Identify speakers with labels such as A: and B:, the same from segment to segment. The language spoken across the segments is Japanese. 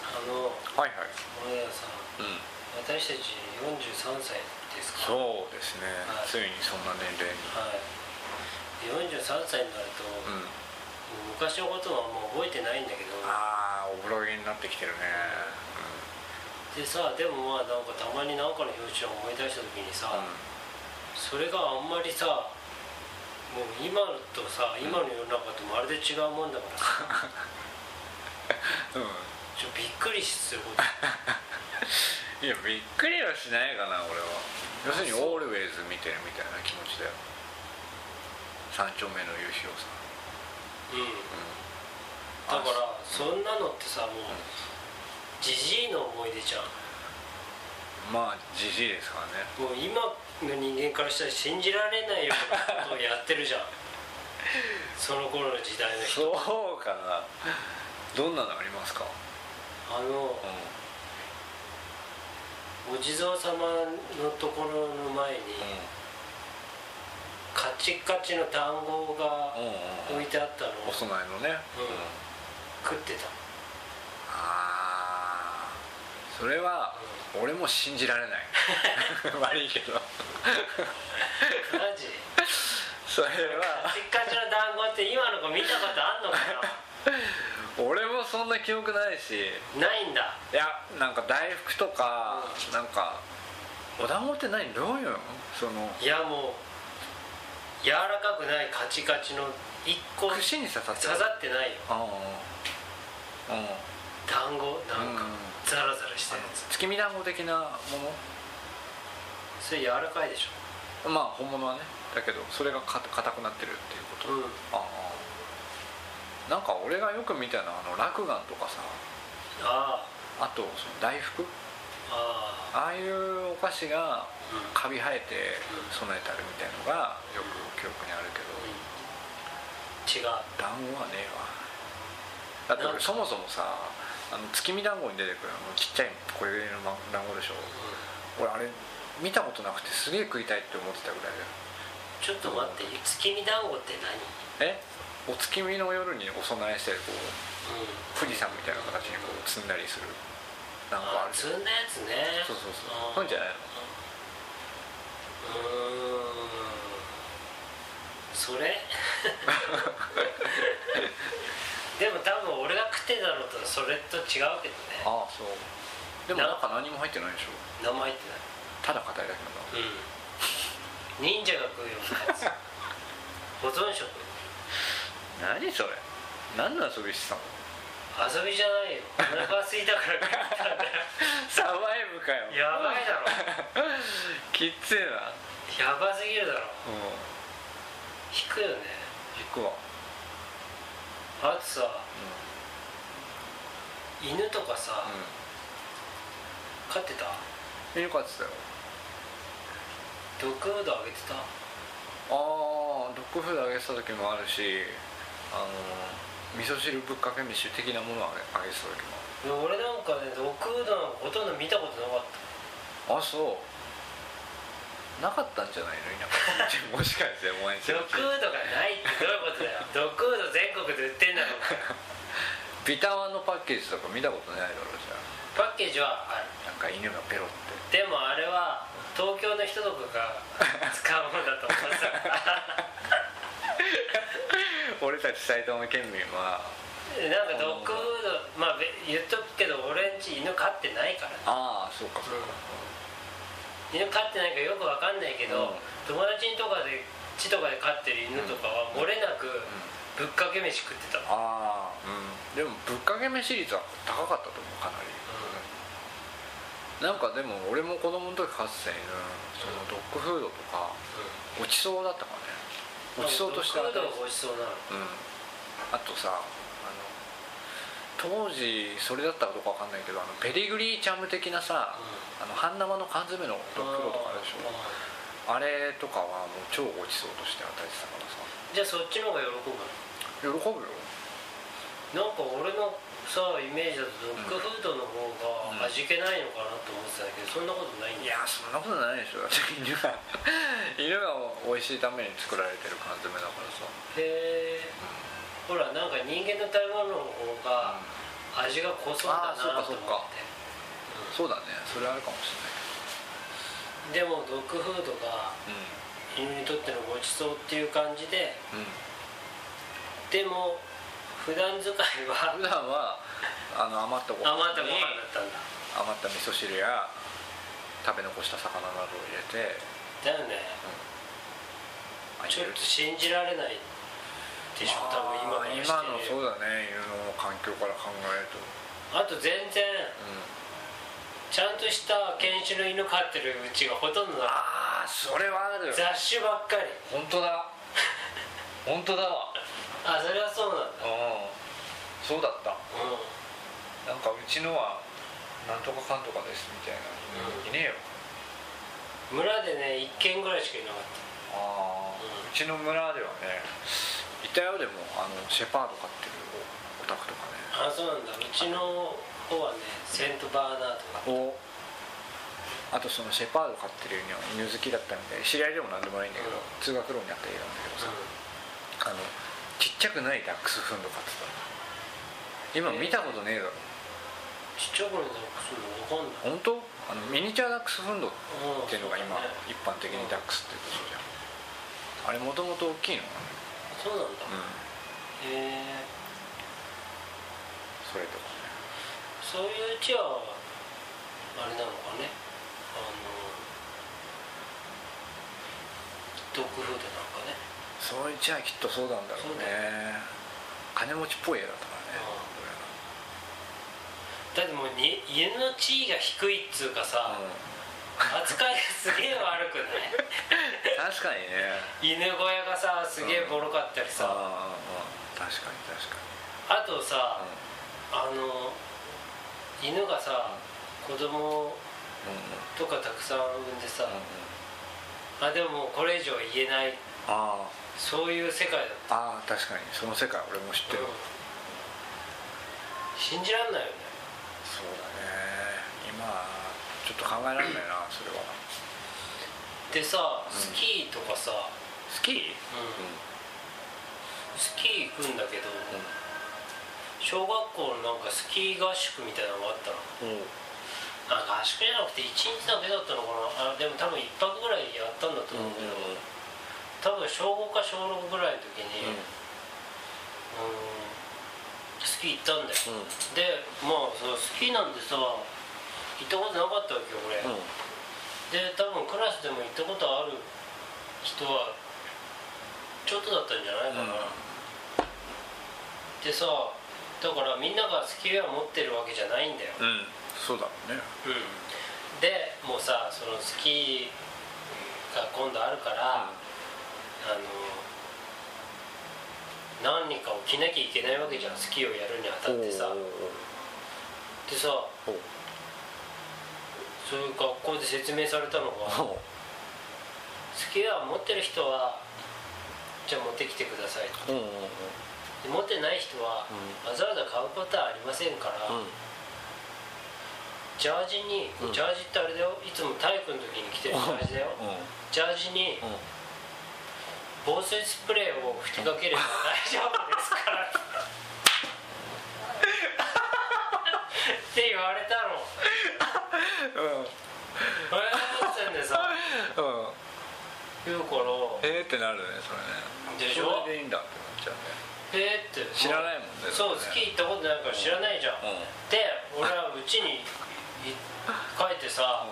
A: はいはい
B: 小野屋さん
A: うん
B: 私たち43歳ですか
A: そうですね、
B: はい
A: ついにそんな年齢に
B: はいで43歳になると、もう
A: うん
B: 昔のことはもう覚えてないんだけど
A: ああおぼろげになってきてるね
B: でさでもまあなんかたまに何かの表紙を思い出した時にさ、
A: うん、
B: それがあんまりさもう今とさ今の世の中とまるで違うもんだからさ
A: うん
B: ちょびっくりすること
A: いやびっくりはしないかな俺は要す
B: あ
A: るに「
B: そう
A: オールウェイズ」見てるみたいな気持ちだよ三丁目の夕日をさ、
B: うん
A: う
B: だ
A: ん、
B: からそんなのってさもうじじいの思い出じゃん
A: まあじじいですからね
B: もう今の人間からしたら信じられないようなことをやって るじゃんその頃の時代の人
A: そうかなどんなのありますか、
B: あの
A: うん、
B: お地蔵様のところの前にカチカチの団子が
A: うんうん
B: 置
A: うん
B: いてあったの
A: お
B: を食
A: 供えのね、
B: うんってた
A: ああそれは俺も信じら れない悪いけど
B: マジ
A: それは
B: カチカチの団子って今の子見たことあんのか
A: 俺もそんな記憶ないし
B: なないんだ
A: いやなんか大福とか、なんかお団子って何どういうのその
B: いやもう柔らかくないカチカチの一個刺
A: 串に刺さって
B: さってないよ
A: ああうん
B: 団子なんか
A: うん
B: ザラザラした
A: あ
B: や
A: の
B: つ
A: 月見団子的なも
B: それ柔らかいでし
A: のまあ本物はねだけどそれがか硬くなってるっていうこと、
B: ょうん
A: ああなんか俺がよく見たのはあの落眼とかさ
B: あ
A: あとその大福
B: あああ
A: ああいうお菓子が
B: うんうん
A: カビ生えて
B: うん
A: 備えてあるみたいのがよく記憶にあるけど、
B: 違う
A: 団子はねえわだって俺そもそもさあの月見団子に出てくるあのちっちゃい小指のま団子でしょ俺あれ見たことなくてすげえ食いたいって思ってたぐらい
B: ちょっと待って月見団子って何
A: だよえお月見の夜にお供えしてこう
B: うん
A: 富士山みたいな形にこう積んだりするなんかあ
B: あ
A: る
B: 積んだやつね
A: そうそうそう
B: あー
A: そういうんじゃないの
B: うーんそ れでも多分俺が食ってたのとそれと違うけどね
A: ああそうでも
B: な
A: 中何も入ってないでしょ
B: 名前って
A: ただ硬いだけなんだ
B: ないうん忍者が食うようなやつ保存食
A: 何それ何の遊びしてたの
B: 遊びじゃないよお腹空いたから食ったんだよ
A: サバイブかよ
B: やばいだろ
A: ろきっついな
B: やばすぎるだろ
A: うん
B: 引くよね
A: 引くわ
B: あとさ
A: う
B: 犬とかさ、飼ってた
A: ん、よかったよ
B: ドッグフードあげてた
A: ああドッグフードあげてた時もあるしあの味噌汁ぶっかけ飯的なものをあげあげてた時も
B: いや俺なんかねドッグフードなんかほとんど見たことなかった
A: あそうなかったんじゃないの田舎 もしかしてお前んち
B: ドッグフードがないってどういうことだよドッグフード全国で売ってんだろうが
A: ビタワンのパッケージとか見たことないだろうじゃあ
B: パッケージはある
A: なんか犬がペ ロって
B: でもあれは東京の人とかが使うものだと思ってた
A: 俺たち埼玉県民は
B: なんかドッグフードまあべ言っとくけど俺んち犬飼ってないからね
A: ああそうかそうか、
B: 犬飼ってないからよくわかんないけど、
A: うん
B: 友達んとかで家とかで飼ってる犬とかは漏れなくぶっかけ飯食ってた、
A: ああうんでもぶっかけ飯率は高かったと思うかなり、なんかでも俺も子供の時飼ってた犬そのドッグフードとかごちそうだったかねごちそうとして
B: ド
A: あ
B: ッグ
A: げ
B: フー
A: る
B: ドが美味しそうなの
A: うんあとさあの当時それだったかどうかわかんないけどあのペリグリーチャム的なさ、あの半生の缶詰のドッグフードとかあるでしょあれとかはもう超ごちそうとして与えてたからさ
B: じゃあそっちの方が喜ぶ
A: 喜ぶよ
B: のなんか俺のさイメージだとドッグフードの方が味気ないのかなと思ってたけど、そんなことないん
A: い
B: だ
A: やそんなことないでしょだって犬が 犬が美味しいために作られてる缶詰だからさ
B: へえほらなんか人間の食べ物の方が味が濃そうだな
A: あーそっか
B: と
A: そ
B: 思って
A: っかそうだねそれあるかもし
B: でもドッグフードが
A: れな
B: 犬
A: い
B: にとってのごちそうっていう感じで
A: うん、うん
B: でも普段使いは
A: 普段はあの余ったご飯
B: 余ったご
A: に
B: 飯だったんだ
A: 余った味噌汁や食べ残した魚などを入れて
B: だよね
A: まあ
B: ちょっ
A: 入れる
B: と信じられないでしょ多分今
A: あ
B: から
A: ー
B: して
A: 今のそう
B: る
A: だね犬の環境から考えると
B: あと全然ちゃんとした犬種の犬飼ってるうちがほとんどなかっ
A: ああそれはある
B: た雑種ばっかり
A: 本当だ本当だわ
B: あそれはそうなんだ
A: うんそうだった
B: うん
A: なんかうちのはなんとかかんとかですみたいな、
B: うん
A: いねえよ
B: 村でね1軒ぐらいしかいなかっ
A: ああ、
B: うん
A: うちの村ではねいたよでもあのシェパード飼ってるお宅とかね
B: たあそうなんだうちの方はねセントバーナーとか
A: をあとそのシェパード飼ってるには犬好きだったみたいで知り合いでもなんでもないんだけど、
B: うん
A: 通学路にあった家なんだけどさ、あのちっちゃくないダックスフンド飼ってた今見たことねえだろ
B: ちっちゃい頃になんかそういうの分かんない
A: 本当あのミニチュアダックスフンドっ
B: って
A: いうのが今一般的にダックスってことじゃんあれもともと大きいのか
B: そうなんだ
A: なうん
B: へえ
A: それとかね
B: そういううちはあれなのかねあのドッグフードなんかね
A: そういちゃきっとそうなんだろう
B: そう
A: ね金持ちっぽい絵だったからね
B: だってもうに家の地位が低いっつうかさ、
A: うん
B: 扱いがすげえ悪くない
A: 確かにね
B: 犬小屋がさすげえボロかったり
A: あ
B: さ、
A: あ確かに確か
B: あとさ、
A: に
B: あの犬がさ子供
A: うんうん
B: とかたくさん産んでさ、
A: うんうん
B: あでももうこれ以上言えない
A: あ
B: そういう世界だ
A: あああ確かにその世界俺も知ってる、
B: 信じらんないよね
A: そうだね今ちょっと考えられないなそれは
B: でさ
A: ん
B: スキーとかさ、
A: スキー
B: うんスキー行くんだけど、
A: う
B: 小学校のなんかスキー合宿みたいなのがあったの
A: んうん
B: あ合宿じゃなくて1日だけだったのかなあでも多分1泊ぐらいやったんだと思うけど、多分小5か小6ぐらいの時に、うんスキー行ったんだよ、
A: うん
B: でまあそのスキーなんてさ行ったことなかったわけよ俺、
A: うん
B: で多分クラスでも行ったことある人はちょっとだったんじゃないかな、でさだからみんながスキーウェア持ってるわけじゃないんだよ、
A: うん、うん、そうだろうね
B: でもうさそのスキーが今度あるから、あの何かを着なきゃいけないわけじゃんスキーをやるにあたってさ
A: おう
B: でさ
A: おう
B: そういう学校で説明されたの
A: お
B: が
A: うおう
B: スキーウェア持ってる人はじゃあ持ってきてくださいと
A: うんうん
B: で持ってない人は
A: う
B: わざわざ買うことはありませんから、
A: うん
B: ジャージに
A: うん
B: ジャージってあれだよいつも体育の時に着てるジャージだよ
A: うんうん
B: ジャージに防水スプレーを吹きかければ大丈夫ですから って言われたの
A: うん
B: 俺が思ってたんでさ
A: うん
B: 言うから
A: えーってなるねそれね
B: でしょ
A: それでいいんだってなっちゃうね
B: えーって
A: 知らないもんね
B: そうス
A: だってね
B: キー行ったことないから知らないじゃん、
A: うん
B: で俺はうちにい書いてさ、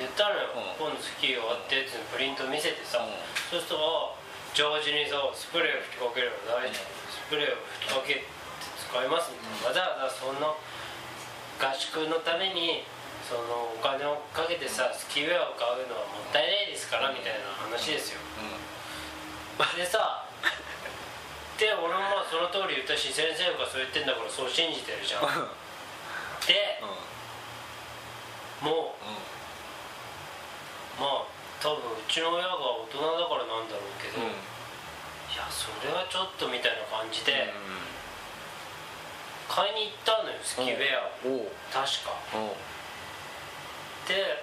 B: 言ったのよ、
A: う
B: 今度スキー終わってってプリント見せてさ、
A: うん
B: そうするとジョージにさスプレーを吹きかければ大丈夫、スプレーを吹きかけて使いますみたいな、わざわざそんな合宿のためにそのお金をかけてさスキーウェアを買うのはもったいないですからみたいな話ですよ、でさで俺もまあその通り言ったし先生がそう言ってんだからそう信じてるじゃん
A: うん
B: で
A: うん
B: もう
A: うん
B: まあ多分うちの親が大人だからなんだろうけど、
A: うん
B: いやそれはちょっとみたいな感じで、買いに行ったのよスキーウェアを、
A: うんおう
B: 確か
A: おう
B: で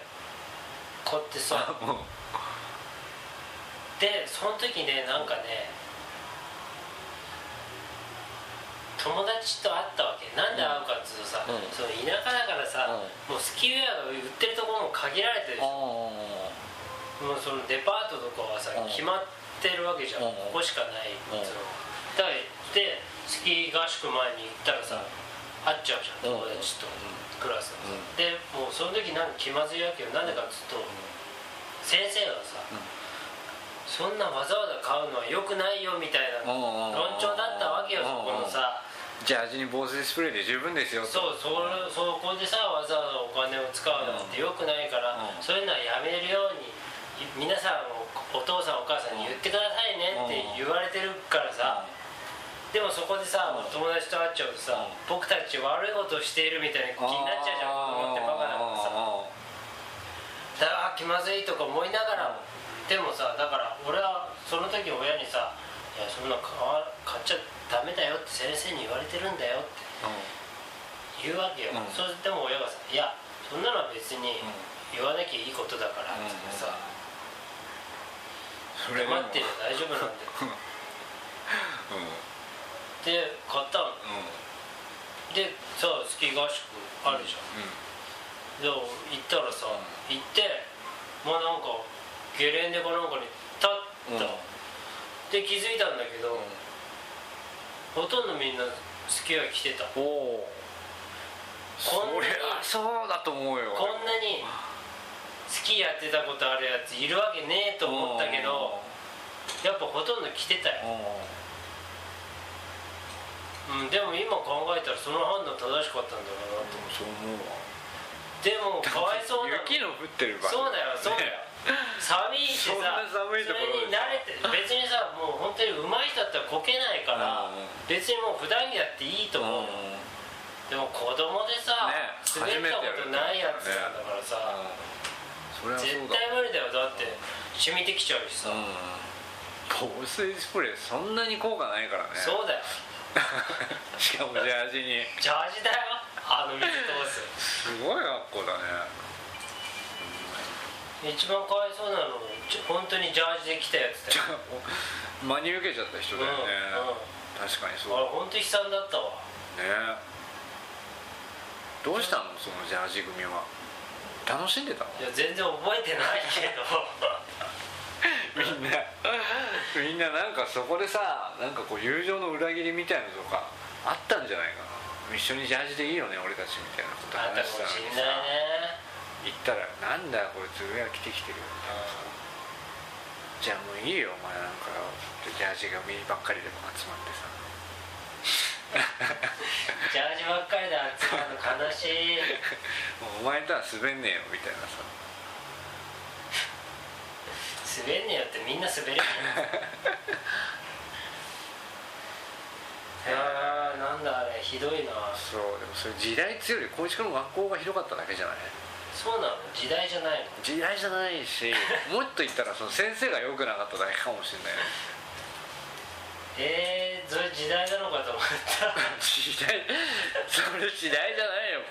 B: 買ってさ
A: うん
B: でその時ねなんかね友達と会ったわけなんで会うかっつうとさ、
A: うん
B: その田舎だからさ、
A: う
B: もう
A: ん
B: スキーウェアが売ってるところも限られてるし、
A: う
B: もうそのデパートとかはさ、
A: うん
B: 決まってるわけじゃん、
A: うん
B: ここしかないっつうの、
A: うん
B: だからでスキー合宿前に行ったらさ、会っちゃうじゃん友
A: うん
B: 達と、
A: うん
B: クラスがさ、
A: うん
B: でもうその時なんか気まずいわけよなんでかっつうと、先生がさ、
A: うん
B: そんなわざわざ買うのはよくないよみたいな
A: うんう
B: 論
A: んうん
B: 調だったわけよ、
A: う
B: そこの
A: ん
B: さ、
A: ジャージに防水スプレーで十分ですよと
B: そうそれそこでさわざわざお金を使うなんてよくないから、
A: うん
B: そういうのはやめるようにい皆さんおお父さんお母さんに言ってくださいねって言われてるからさ、でもそこでさ、
A: うん
B: 友達と会っちゃうとさ、
A: うん
B: 僕たち悪いことをしているみたいな気になっちゃうじゃん子供ってバカだからさだからあ気まずいとか思いながら、でもさだから俺はその時親にさ「いやそんな買わ買っちゃダメだよ」って先生に言われてるんだよって言うわけよ、
A: うん
B: それでも親がさ「いやそんなのは別に言わなきゃいいことだから」って言ってさ「
A: それ
B: 待ってよ
A: でも
B: 大丈夫なんだよ」
A: うんうん
B: で買ったの
A: うん
B: でさスキー合宿あるじゃん、で行ったらさ行ってまあなんかゲレンデかなんかに立
A: う
B: っ
A: ん
B: た、で気づいたんだけど、
A: う
B: ほとんどみんなスキーは着てた
A: んおお
B: こんなに
A: そりゃそうだと思うよ
B: こんなにスキーやってたことあるやついるわけねえと思ったけどやっぱほとんど着てた
A: う
B: よ、
A: ん
B: うん、でも今考えたらその判断正しかったんだろうなと
A: そう思うわ
B: でもかわいそうなの
A: 雪の降ってる場合
B: そうだよそうだよ、寒いし
A: そん
B: さ
A: な寒いところ
B: それに慣れて別にさもう本当に上手い人だったらこけないから、
A: うん
B: 別にもう普段着やっていいと
A: うん
B: 思う、でも子供でさ、
A: ね
B: 滑ったことないやつなんだからさ、
A: それはそう
B: 絶
A: だ
B: 対無理だよだって染みてきちゃうしさ、
A: うん防水スプレーそんなに効果ないからね
B: そうだよ
A: しかもジャージに
B: ジャージだよあの水通す
A: すごい学校だね
B: 一番かわいそうなのちょ本当にジャージで来たやつ
A: じゃ
B: だよ
A: あ真に受けちゃった人だよね、確かに
B: うん、うん、あれ
A: そう
B: 本当悲惨だったわ
A: だねどうしたのそのジャージ組は楽しんでたの
B: いや全然覚えてないけど
A: みんなみんななんかそこでさなんかこう友情の裏切りみたいなのとかあったんじゃないかな一緒にジャージでいいよね俺たちみたいな こと
B: あんた
A: 話し
B: か
A: て
B: も
A: た
B: し
A: の
B: ん
A: に
B: ない
A: さ
B: ね
A: 行ったら「なんだよこいつ上着てきてるよ」じゃあもういいよお前なんかよ」ってジャージが身ばっかりでも集まってさ
B: ジャージばっかりで集まるの悲しい
A: 「もうお前とは滑んねえよ」みたいなさ
B: 滑んねえよってみんな滑れるよいやーなんだあれひどいな
A: そうでもそれ時代強いより光一君の学校がひどかっただけじゃない
B: そうなの時代じゃないの
A: 時代じゃないしもっと言ったらその先生が良くなかっただけかもしれないよ
B: えー、それ時代なのかと思った
A: 時代それ時代じゃないよ